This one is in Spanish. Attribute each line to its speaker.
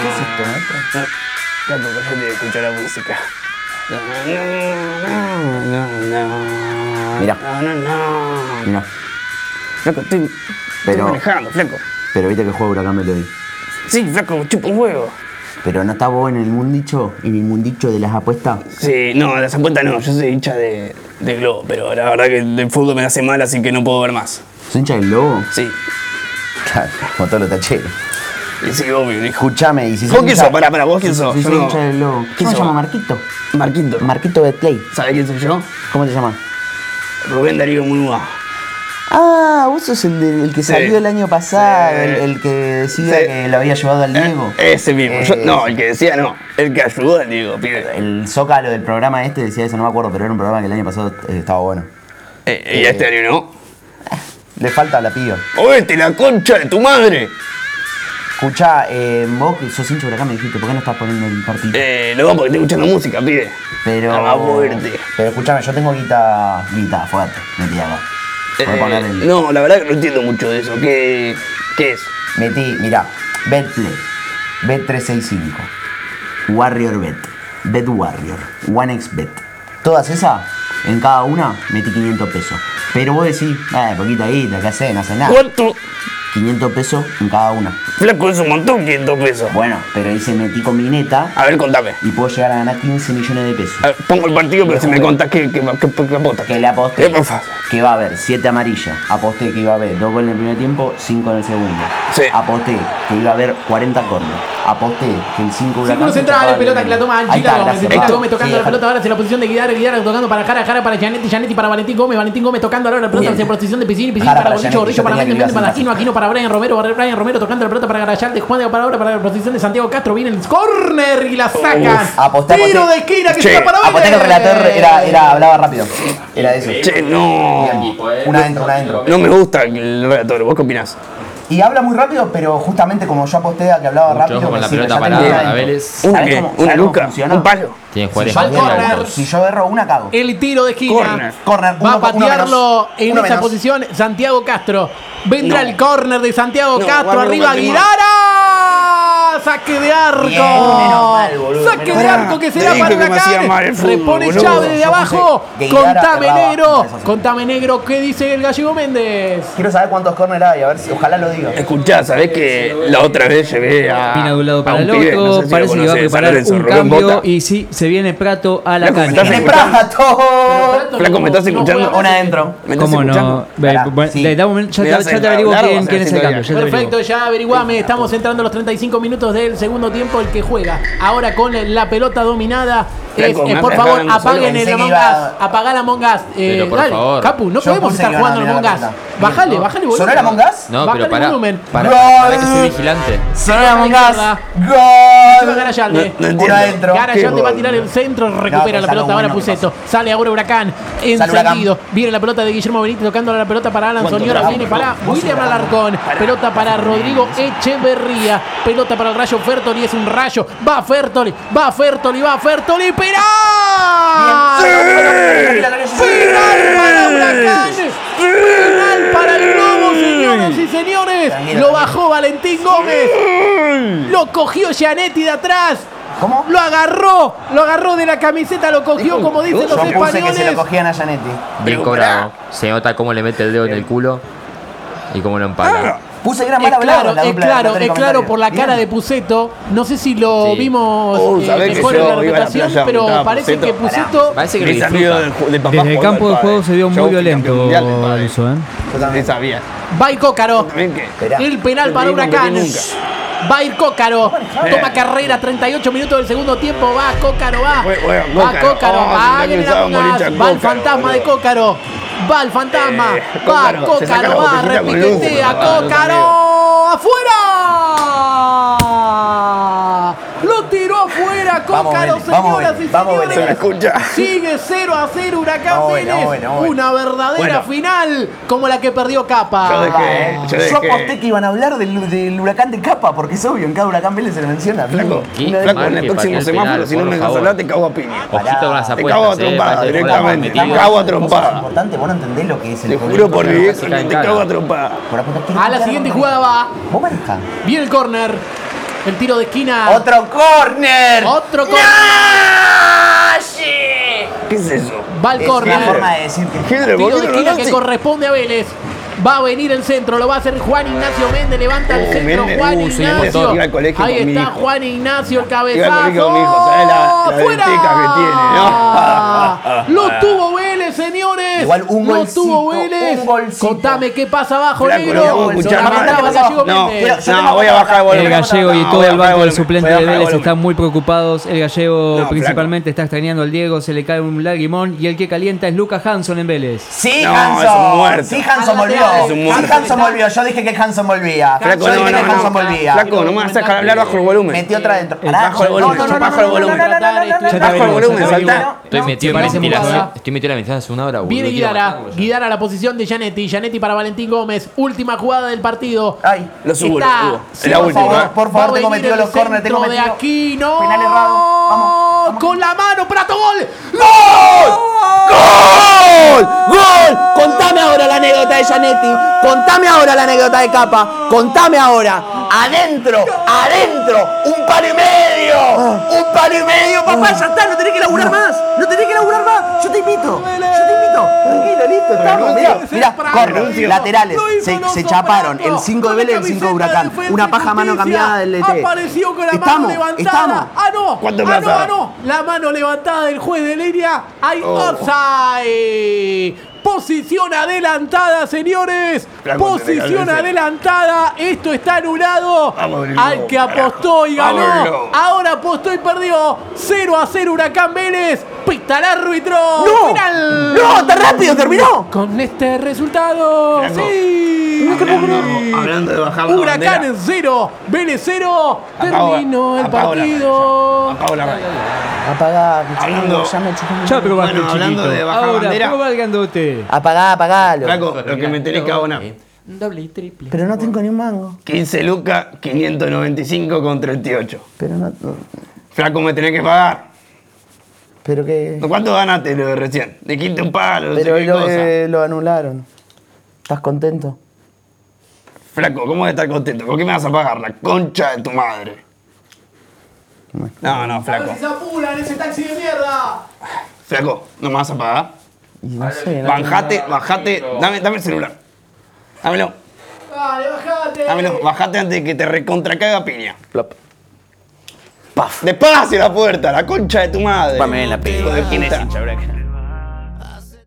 Speaker 1: ¿Qué es esto, eh? maestro?
Speaker 2: Ya, pues, déjate de escuchar la música.
Speaker 1: Mirá.
Speaker 2: No, no, no.
Speaker 1: Mirá.
Speaker 2: Flaco, estoy, estoy
Speaker 1: Pero-
Speaker 2: manejando, flaco.
Speaker 1: Pero viste que juega Huracán Melody.
Speaker 2: Sí, flaco, me chupa un huevo.
Speaker 1: Pero no está vos en el mundicho, en el mundicho de las apuestas.
Speaker 2: Sí, no, de esa cuenta no. Yo soy hincha de, de Globo, pero la verdad que el fútbol me hace mal, así que no puedo ver más.
Speaker 1: ¿Sos hincha del lobo?
Speaker 2: Sí,
Speaker 1: Claro, como todos los tacheros.
Speaker 2: y sí, obvio, hijo.
Speaker 1: Escuchame, y si
Speaker 2: ¿Vos quién
Speaker 1: hincha-
Speaker 2: sos? Pará, pará, ¿vos quién sos?
Speaker 1: Si
Speaker 2: Yo
Speaker 1: sos
Speaker 2: no.
Speaker 1: hincha del lobo.
Speaker 2: ¿Quién
Speaker 1: ¿Cómo se
Speaker 2: sos?
Speaker 1: llama Marquito?
Speaker 2: Marquito.
Speaker 1: Marquito Betplay.
Speaker 2: ¿Sabés quién soy yo?
Speaker 1: ¿Cómo te llamas?
Speaker 2: Rubén Darío Munúa.
Speaker 1: Ah, vos sos el, del- el que
Speaker 2: Sí.
Speaker 1: salió el año pasado,
Speaker 2: Sí.
Speaker 1: el, el que decía
Speaker 2: Sí.
Speaker 1: que lo había llevado al Diego.
Speaker 2: Eh, ese mismo. Yo-
Speaker 1: Eh,
Speaker 2: no, el que decía no. El que ayudó al Diego, pibe.
Speaker 1: El zócalo del programa este decía eso, no me acuerdo, pero era un programa que el año pasado eh, estaba bueno.
Speaker 2: Eh, y a este año no.
Speaker 1: Le falta la piba.
Speaker 2: ¡Oete, la concha de tu madre!
Speaker 1: Escuchá, eh, vos que sos hincho por acá me dijiste, ¿por qué no estás poniendo el partido?
Speaker 2: Eh, no, porque estoy escuchando música, pibe.
Speaker 1: Pero.
Speaker 2: Ah, fuerte.
Speaker 1: Pero escúchame, yo tengo guita. Guita, fuerte, metí acá. Voy a
Speaker 2: Eh,
Speaker 1: poner el-
Speaker 2: No, la verdad que no entiendo mucho de eso. ¿Qué, qué es?
Speaker 1: Metí, mirá, Betplay, Bet365, Warrior Bet, Bet Warrior, OneXBet. Todas esas, en cada una metí 500 pesos. Pero vos decís, eh, poquita guita, ¿qué hacés? No hace nada.
Speaker 2: ¿Cuánto?
Speaker 1: 500 pesos en cada una.
Speaker 2: Flaco, es un montón, 500 pesos.
Speaker 1: Bueno, pero dice metí con mineta
Speaker 2: A ver, contame.
Speaker 1: y puedo llegar a ganar 15 millones de pesos.
Speaker 2: A ver, pongo el partido, pero si me contás que, que, que, que, aposta.
Speaker 1: Que le aposté
Speaker 2: Eh, por favor.
Speaker 1: que va a haber 7 amarillas. Aposté que iba a haber 2 goles en el primer tiempo, 5 en el segundo.
Speaker 2: Sí.
Speaker 1: Aposté que iba a haber 40 corners. Aposté que el 5
Speaker 3: Círculo central, pelota que la toma
Speaker 1: Ahí está,
Speaker 3: Angila Gómez.
Speaker 1: gracias,
Speaker 3: Está
Speaker 1: Pablo.
Speaker 3: Gómez tocando
Speaker 1: Sí,
Speaker 3: la pelota ahora hacia la posición de Guidar, Guidar tocando para Jara, Jara para Janetti, Janetti para Valentín Gómez, Valentín Gómez tocando ahora la pelota
Speaker 1: Bien.
Speaker 3: hacia la posición de Piscini, Piscini
Speaker 1: Jara para
Speaker 3: para Gordillo,
Speaker 1: Gianetti,
Speaker 3: Gordillo
Speaker 1: yo
Speaker 3: para
Speaker 1: tenía que
Speaker 3: Méndez,
Speaker 1: lo
Speaker 3: Méndez
Speaker 1: iba
Speaker 3: para
Speaker 1: a hacer
Speaker 3: Aquino, Aquino para Brian Romero, Brian Romero tocando la pelota para Garayal de Juan de para ahora para la posición de Santiago Castro, viene el corner y la sacan.
Speaker 1: Uf, aposté,
Speaker 3: Tiro de
Speaker 1: aposté.
Speaker 3: esquina que
Speaker 2: Che,
Speaker 3: llega para
Speaker 1: Aposté que el
Speaker 3: Vélez.
Speaker 1: relator era, era, hablaba rápido. Era de eso.
Speaker 2: Che, no.
Speaker 1: eh. Una adentro, una adentro.
Speaker 2: No me gusta el relator. ¿Vos qué opinás?
Speaker 1: Y habla muy rápido, pero justamente como yo aposté a que hablaba
Speaker 4: Mucho
Speaker 1: rápido.
Speaker 4: ojo con
Speaker 1: me
Speaker 4: la
Speaker 1: sirve, ya
Speaker 4: pelota
Speaker 1: tengo
Speaker 4: parada
Speaker 1: una
Speaker 4: para
Speaker 1: adentro.
Speaker 4: Vélez.
Speaker 2: ¿Una
Speaker 1: ¿Sabés
Speaker 2: qué?
Speaker 1: cómo-
Speaker 2: ¿Una
Speaker 1: sabés cómo
Speaker 2: luca?
Speaker 1: funciona?
Speaker 2: ¿Un palo?
Speaker 4: Tiene
Speaker 1: Si
Speaker 4: Juárez
Speaker 1: yo,
Speaker 4: Martínez
Speaker 3: corner.
Speaker 1: erro,
Speaker 4: Alvarado.
Speaker 1: si yo erro una, cago.
Speaker 3: El tiro de esquina.
Speaker 2: Corner,
Speaker 1: corner,
Speaker 3: Va a
Speaker 1: uno- uno
Speaker 3: patearlo
Speaker 1: menos,
Speaker 3: en
Speaker 1: uno
Speaker 3: esa
Speaker 1: menos.
Speaker 3: posición Santiago Castro. Vendrá
Speaker 2: No.
Speaker 3: el corner de Santiago
Speaker 2: No,
Speaker 3: Castro.
Speaker 2: Barrio
Speaker 3: Arriba
Speaker 2: Guatemala.
Speaker 3: Guidara. Saque de arco.
Speaker 1: Bien, menos mal, boludo,
Speaker 3: Saque
Speaker 1: menos
Speaker 3: de
Speaker 1: mal.
Speaker 3: arco que
Speaker 2: Te
Speaker 3: será
Speaker 2: dije
Speaker 3: para
Speaker 2: que me hacía mal
Speaker 3: Huracán.
Speaker 2: el fútbol,
Speaker 3: Repone
Speaker 2: boludo.
Speaker 3: Chávez de
Speaker 1: Yo
Speaker 3: abajo.
Speaker 1: puse que Guidara
Speaker 3: Contame
Speaker 1: erraba.
Speaker 3: negro.
Speaker 1: Eso sí.
Speaker 3: Contame negro. ¿Qué dice el gallego Méndez?
Speaker 1: Quiero saber cuántos corners hay, a ver si ojalá lo diga.
Speaker 2: Escuchá, ¿sabés que la otra vez llevé a.
Speaker 5: Pina de un lado
Speaker 2: a
Speaker 5: para el
Speaker 2: Ah, pibe?
Speaker 5: otro.
Speaker 2: No sé si lo
Speaker 5: Parece que va a
Speaker 2: conocés,
Speaker 5: preparar
Speaker 2: San Lorenzo,
Speaker 5: un
Speaker 2: Rubén
Speaker 5: cambio.
Speaker 2: Bota.
Speaker 5: Y sí, se viene Prato a la
Speaker 2: Loco, me
Speaker 5: cancha.
Speaker 2: estás
Speaker 1: ¡Tiene
Speaker 2: escuchando?
Speaker 1: prato!
Speaker 2: Flaco, ¿me estás escuchando?
Speaker 1: Una adentro.
Speaker 2: ¿Me estás
Speaker 5: ¿Cómo
Speaker 2: escuchando?
Speaker 5: no? Ve,
Speaker 1: Pará,
Speaker 5: bueno,
Speaker 1: sí.
Speaker 5: dale, dame un momento,
Speaker 2: Me
Speaker 5: ya,
Speaker 2: das
Speaker 5: te-
Speaker 2: el
Speaker 5: ya te averiguo
Speaker 2: largo,
Speaker 5: quién,
Speaker 2: vas a
Speaker 5: quién es el
Speaker 2: decirlo
Speaker 5: cambio. ya te averiguo.
Speaker 3: Perfecto, ya averiguame. Estamos entrando a los 35 minutos del segundo tiempo. El que juega ahora con la pelota dominada es,
Speaker 2: Flaco,
Speaker 3: eh,
Speaker 2: me
Speaker 3: por
Speaker 2: hace acá
Speaker 3: favor,
Speaker 2: en un solo.
Speaker 3: apaguen el
Speaker 1: Pensé que
Speaker 3: Among
Speaker 1: iba-
Speaker 3: Us. Apagá la Among Us. Eh,
Speaker 4: Pero, por
Speaker 3: dale,
Speaker 4: favor.
Speaker 3: Capu, no
Speaker 1: Yo
Speaker 3: podemos
Speaker 1: puse que
Speaker 3: estar
Speaker 1: iban a
Speaker 3: jugando al Among
Speaker 1: mirar
Speaker 3: Us.
Speaker 1: la
Speaker 3: Bajale, bajale, boludo.
Speaker 1: ¿Sonó el Among Us?
Speaker 4: No,
Speaker 3: Bajale
Speaker 4: pero
Speaker 3: el
Speaker 4: pará.
Speaker 3: volumen.
Speaker 4: Pará,
Speaker 1: Gol.
Speaker 4: pará que soy vigilante.
Speaker 1: ¡Sonora Mongas!
Speaker 3: Iba
Speaker 1: ¡Gol!
Speaker 3: Garayalde.
Speaker 2: No, no entiendo.
Speaker 1: Uno adentro.
Speaker 2: Gara-
Speaker 3: Garayalde
Speaker 2: qué
Speaker 3: va a
Speaker 2: gol.
Speaker 3: tirar el centro,
Speaker 1: pero
Speaker 3: recupera la
Speaker 1: sacó
Speaker 3: pelota ahora
Speaker 1: bueno que
Speaker 3: Puseto. Sale ahora Huracán, encendido. Viene la pelota de Guillermo Benítez tocando la pelota para Alan
Speaker 2: ¿Cuánto
Speaker 3: Soñora.
Speaker 2: trabajo,
Speaker 3: Viene
Speaker 2: bro?
Speaker 3: para
Speaker 1: Vos
Speaker 3: William
Speaker 1: Huracán.
Speaker 3: Alarcón. Pelota para Rodrigo Echeverría. Pelota para el Rayo Fertoli. Es un rayo. Va Fertoli, va Fertoli, va Fertoli. ¡Ah! ¡Penal! ¡Penal para Huracán! ¡Penal para el Globo, señoras y
Speaker 1: Tranquilo,
Speaker 3: señores! Lo
Speaker 1: tranquilo.
Speaker 3: bajó Valentín Gómez. Lo cogió Gianetti de atrás.
Speaker 1: ¿Cómo?
Speaker 3: Lo agarró, lo agarró de la camiseta, lo cogió como dicen los
Speaker 1: Yo puse que se
Speaker 3: españoles.
Speaker 1: lo cogían a Janetti.
Speaker 4: Bien cobrado. Se nota cómo le mete el dedo en el culo y cómo lo empala.
Speaker 1: Puse que era
Speaker 3: Es
Speaker 1: mala
Speaker 3: claro,
Speaker 1: hablada.
Speaker 3: es claro, es claro por la cara de Puseto. No sé si lo
Speaker 4: Sí.
Speaker 3: vimos
Speaker 2: Uh,
Speaker 3: eh,
Speaker 2: sabés que
Speaker 3: mejor
Speaker 2: yo
Speaker 3: en
Speaker 2: iba
Speaker 3: la
Speaker 2: a la
Speaker 3: reputación,
Speaker 2: playa,
Speaker 3: pero
Speaker 2: estaba
Speaker 3: parece
Speaker 2: Puceto.
Speaker 3: que Puseto
Speaker 4: Parece que lo
Speaker 2: Mi salido
Speaker 4: disfruta.
Speaker 2: del ju- del papá
Speaker 5: Desde el
Speaker 2: jugando
Speaker 5: campo
Speaker 2: al
Speaker 5: de
Speaker 2: padre.
Speaker 5: juego se vio
Speaker 2: Yo
Speaker 5: muy
Speaker 2: fui campeón
Speaker 5: violento
Speaker 2: mundial del padre.
Speaker 5: eso, ¿eh?
Speaker 2: Sí, sabía.
Speaker 3: va y Cócaro.
Speaker 2: También que-
Speaker 3: El penal para
Speaker 2: El mismo que
Speaker 3: Huracán.
Speaker 2: nunca.
Speaker 3: Va a ir Cócaro.
Speaker 2: Bien.
Speaker 3: Toma carrera, 38 minutos del segundo tiempo. Va Cócaro, va.
Speaker 2: Bueno, bueno,
Speaker 3: Va
Speaker 2: Cócaro.
Speaker 3: Cócaro,
Speaker 2: Oh,
Speaker 3: va.
Speaker 2: se
Speaker 3: Águila
Speaker 2: pensaba
Speaker 3: Monás,
Speaker 2: morir ya
Speaker 3: Va el
Speaker 2: Cócaro,
Speaker 3: fantasma de
Speaker 2: boludo.
Speaker 3: Cócaro. Va el fantasma.
Speaker 2: Eh,
Speaker 3: va
Speaker 2: Cócaro, se saca la
Speaker 3: Cócaro, va.
Speaker 2: botellita con lujo,
Speaker 3: Repiquetea
Speaker 2: papá,
Speaker 3: Cócaro. ¡Afuera! ¡Lo tiró afuera
Speaker 1: Vamos,
Speaker 3: Cócaro,
Speaker 1: Vélez, vamos,
Speaker 3: señoras y
Speaker 1: Vélez, vamos,
Speaker 3: señores.
Speaker 1: Vélez.
Speaker 2: Escucha.
Speaker 3: Sigue 0 a 0 Huracán
Speaker 1: Vamos, Vélez,
Speaker 3: Vélez.
Speaker 1: vamos, Vélez, vamos, Vélez.
Speaker 3: Una verdadera
Speaker 2: Bueno.
Speaker 3: final como la que perdió Capa.
Speaker 2: Yo dejé,
Speaker 1: Ah,
Speaker 2: yo
Speaker 1: Yo
Speaker 2: dejé.
Speaker 1: aposté que iban a hablar del, del huracán de capa, porque es obvio, en cada huracán Vélez se le menciona.
Speaker 2: Flaco,
Speaker 4: ¿Qué?
Speaker 1: Una vez
Speaker 2: flaco, en el
Speaker 4: Mal que pateé
Speaker 2: próximo
Speaker 4: el
Speaker 2: semáforo,
Speaker 4: penal,
Speaker 2: si no
Speaker 4: por
Speaker 2: me
Speaker 4: favor.
Speaker 2: cancelás, te cago a piña.
Speaker 4: Ojito con las
Speaker 1: Te
Speaker 4: apuestas.
Speaker 2: Te cago a
Speaker 4: eh,
Speaker 2: trompada,
Speaker 4: parece que
Speaker 2: directamente. Te
Speaker 4: jugamos
Speaker 2: cago a
Speaker 1: Es
Speaker 2: trompada.
Speaker 1: importante, vos no entendés lo que es el
Speaker 2: Te
Speaker 1: fútbol.
Speaker 2: juro por mi viejo,
Speaker 4: Casi cae en
Speaker 2: te
Speaker 4: cara.
Speaker 2: cago a trompada.
Speaker 1: Por apostar, tiene
Speaker 3: A
Speaker 1: que
Speaker 3: la
Speaker 1: quedar
Speaker 3: siguiente
Speaker 1: con marca.
Speaker 3: jugada va.
Speaker 1: Vos marca.
Speaker 3: Viene el córner. El tiro de esquina.
Speaker 1: ¡Otro córner!
Speaker 3: Otro córner.
Speaker 2: ¿Qué es eso?
Speaker 3: Va el
Speaker 1: Es una
Speaker 3: córner.
Speaker 1: forma de decir que...
Speaker 2: Hitler, ¿por
Speaker 3: Tiro de
Speaker 2: qué no lo
Speaker 3: esquina que
Speaker 2: haces?
Speaker 3: corresponde a Vélez. Va a venir el centro, lo va a hacer Juan Ignacio Méndez, levanta el
Speaker 2: Uh,
Speaker 3: centro
Speaker 2: Méndez.
Speaker 3: Juan
Speaker 2: Uh, sí,
Speaker 3: Ignacio.
Speaker 2: Méndez, iba al colegio
Speaker 3: Ahí
Speaker 2: con mi
Speaker 3: está
Speaker 2: hijo.
Speaker 3: Juan Ignacio,
Speaker 2: Iba
Speaker 3: el
Speaker 2: al
Speaker 3: cabezazo.
Speaker 2: colegio con mi hijo, ¿sabés la- la
Speaker 3: ¡Fuera!
Speaker 2: ventica que tiene, no? Ah.
Speaker 3: Lo tuvo Vélez, señores.
Speaker 1: Igual un
Speaker 3: Lo
Speaker 1: golcito,
Speaker 3: tuvo Vélez.
Speaker 1: un golcito.
Speaker 3: Contame qué pasa abajo,
Speaker 2: Flaco,
Speaker 3: negro.
Speaker 2: no puedo escuchar más.
Speaker 3: Lamentaba Gallego
Speaker 2: No,
Speaker 3: Méndez.
Speaker 1: quiero-
Speaker 2: No, voy a bajar el volumen.
Speaker 5: El gallego y
Speaker 2: No,
Speaker 5: todo
Speaker 2: voy a
Speaker 5: el
Speaker 2: bajar
Speaker 5: banco del
Speaker 2: volumen, voy
Speaker 5: suplente
Speaker 2: a
Speaker 5: de
Speaker 2: bajar el
Speaker 5: Vélez
Speaker 2: volumen.
Speaker 5: están muy preocupados. El gallego
Speaker 2: No,
Speaker 5: principalmente está extrañando al Diego, se le cae un lagrimón y el que calienta es Lucas Hanson en Vélez.
Speaker 1: Sí,
Speaker 2: No, es un
Speaker 1: Hanson.
Speaker 2: muerto.
Speaker 1: Sí, Hanson volvió.
Speaker 3: Es
Speaker 2: un
Speaker 1: Sí,
Speaker 2: muerto.
Speaker 1: Hanson volvió. Yo dije que Hanson volvía.
Speaker 2: Flaco,
Speaker 1: Yo
Speaker 2: no,
Speaker 1: dije
Speaker 2: no,
Speaker 1: que
Speaker 2: no.
Speaker 1: Hanson volvía.
Speaker 2: Flaco, no me vas a dejar hablar bajo el volumen.
Speaker 1: Metí otra dentro.
Speaker 5: Eh,
Speaker 1: Pará,
Speaker 2: bajo el
Speaker 1: no,
Speaker 2: volumen,
Speaker 1: no, no,
Speaker 2: yo
Speaker 1: no,
Speaker 2: bajo el
Speaker 1: no, no,
Speaker 2: volumen.
Speaker 1: no, no, no, no, no, no,
Speaker 5: Ya te
Speaker 1: no,
Speaker 5: averiguo,
Speaker 1: no,
Speaker 5: ya te
Speaker 1: no, no,
Speaker 5: averiguo.
Speaker 1: no,
Speaker 4: Estoy
Speaker 1: no,
Speaker 4: metido en
Speaker 1: no,
Speaker 5: parece
Speaker 1: no,
Speaker 5: muy
Speaker 4: ventilación.
Speaker 5: pasada.
Speaker 4: Estoy metido en la ventilación hace una hora, boludo.
Speaker 3: Viene
Speaker 4: Quiero
Speaker 3: Guidara.
Speaker 4: matarlo ya.
Speaker 3: Guidara a la posición de Janetti. Janetti para Valentín Gómez. Última jugada del partido.
Speaker 1: Ay,
Speaker 2: Lo subo,
Speaker 3: Está-
Speaker 2: lo subo. Es
Speaker 3: sí,
Speaker 2: la
Speaker 1: por
Speaker 2: última.
Speaker 1: favor,
Speaker 2: ¿eh?
Speaker 1: por
Speaker 3: Va a
Speaker 1: favor, te
Speaker 3: venir
Speaker 1: cometió
Speaker 3: el
Speaker 1: los corners, te
Speaker 3: centro
Speaker 1: cometió.
Speaker 3: de Aquino.
Speaker 1: Penal errado. Vamos. vamos.
Speaker 3: Con la mano, Prato, gol.
Speaker 2: ¡Gol!
Speaker 6: ¡Gol! Contame ahora la anécdota de Janetti. Contame ahora la anécdota de Capa. Contame ahora.
Speaker 1: Adentro, adentro, un par y medio, un par y medio, papá,
Speaker 3: Oh.
Speaker 1: ya está, no tenés que laburar más, no tenés que laburar más, yo te invito, yo te invito, tranquilo, listo, estamos, mirá, mirá, corre,
Speaker 2: Renuncio.
Speaker 1: laterales, se, se chaparon, el 5 de Vélez, el 5 de Huracán, una paja a mano cambiada del DT,
Speaker 3: Apareció con la mano
Speaker 1: estamos,
Speaker 3: levantada.
Speaker 1: estamos,
Speaker 3: Ah, no.
Speaker 2: ¿Cuánto
Speaker 3: ah, no,
Speaker 2: plaza?
Speaker 3: ah, no. La mano levantada del juez del área. Hay
Speaker 2: Oh.
Speaker 3: offside. Posición adelantada, señores.
Speaker 2: Flaco, te
Speaker 3: Posición
Speaker 2: regalé ese.
Speaker 3: adelantada. Esto está anulado.
Speaker 2: Vamos, Virgo,
Speaker 3: Al que
Speaker 2: carajo.
Speaker 3: apostó y ganó.
Speaker 2: Vamos, Virgo.
Speaker 3: Ahora apostó y perdió. 0 a 0 Huracán Vélez. Pita el árbitro.
Speaker 6: ¡No!
Speaker 3: Final.
Speaker 6: ¡No! ¡Tan rápido! ¡Terminó!
Speaker 3: Con este resultado,
Speaker 2: Flaco.
Speaker 3: sí.
Speaker 2: Hablando, hablando de bajar la
Speaker 3: Huracán
Speaker 2: bandera.
Speaker 3: en cero, Vélez cero,
Speaker 2: Apago-
Speaker 3: terminó el
Speaker 2: apago la radio,
Speaker 3: partido.
Speaker 2: apago la radio.
Speaker 1: apagá, que
Speaker 2: Hablando-
Speaker 1: ya me chupó.
Speaker 5: Ya probaste,
Speaker 2: Bueno, hablando
Speaker 5: chiquito.
Speaker 2: de baja
Speaker 5: Ahora
Speaker 2: bandera.
Speaker 5: prueba el grandote.
Speaker 1: apagá, apagalo,
Speaker 2: Flaco, lo que me tenés que abonar.
Speaker 3: Doble y triple.
Speaker 1: pero no tengo ni un mango,
Speaker 2: 15 lucas, 595 con 38.
Speaker 1: pero no,
Speaker 2: Flaco, me tenés que pagar.
Speaker 1: pero que,
Speaker 2: ¿Cuánto ganaste lo de recién? De quinto un palo, no sé
Speaker 1: pero
Speaker 2: qué
Speaker 1: lo,
Speaker 2: cosa.
Speaker 1: eh, lo anularon, ¿estás contento?
Speaker 2: Flaco, ¿cómo vas a estar contento? ¿Por qué me vas a pagar? La concha de tu madre. No, no, flaco.
Speaker 3: se apuran ese taxi de mierda.
Speaker 2: Flaco, ¿no me vas a pagar?
Speaker 1: Y no sé, no-
Speaker 2: Bajate, bajate. Dame, dame el celular. Dámelo,
Speaker 3: Dale, bajate.
Speaker 2: dámelo. Bajate antes de que te recontracaga piña. Plop. Paf. Despacio la puerta, la concha de tu madre. Pame la piña.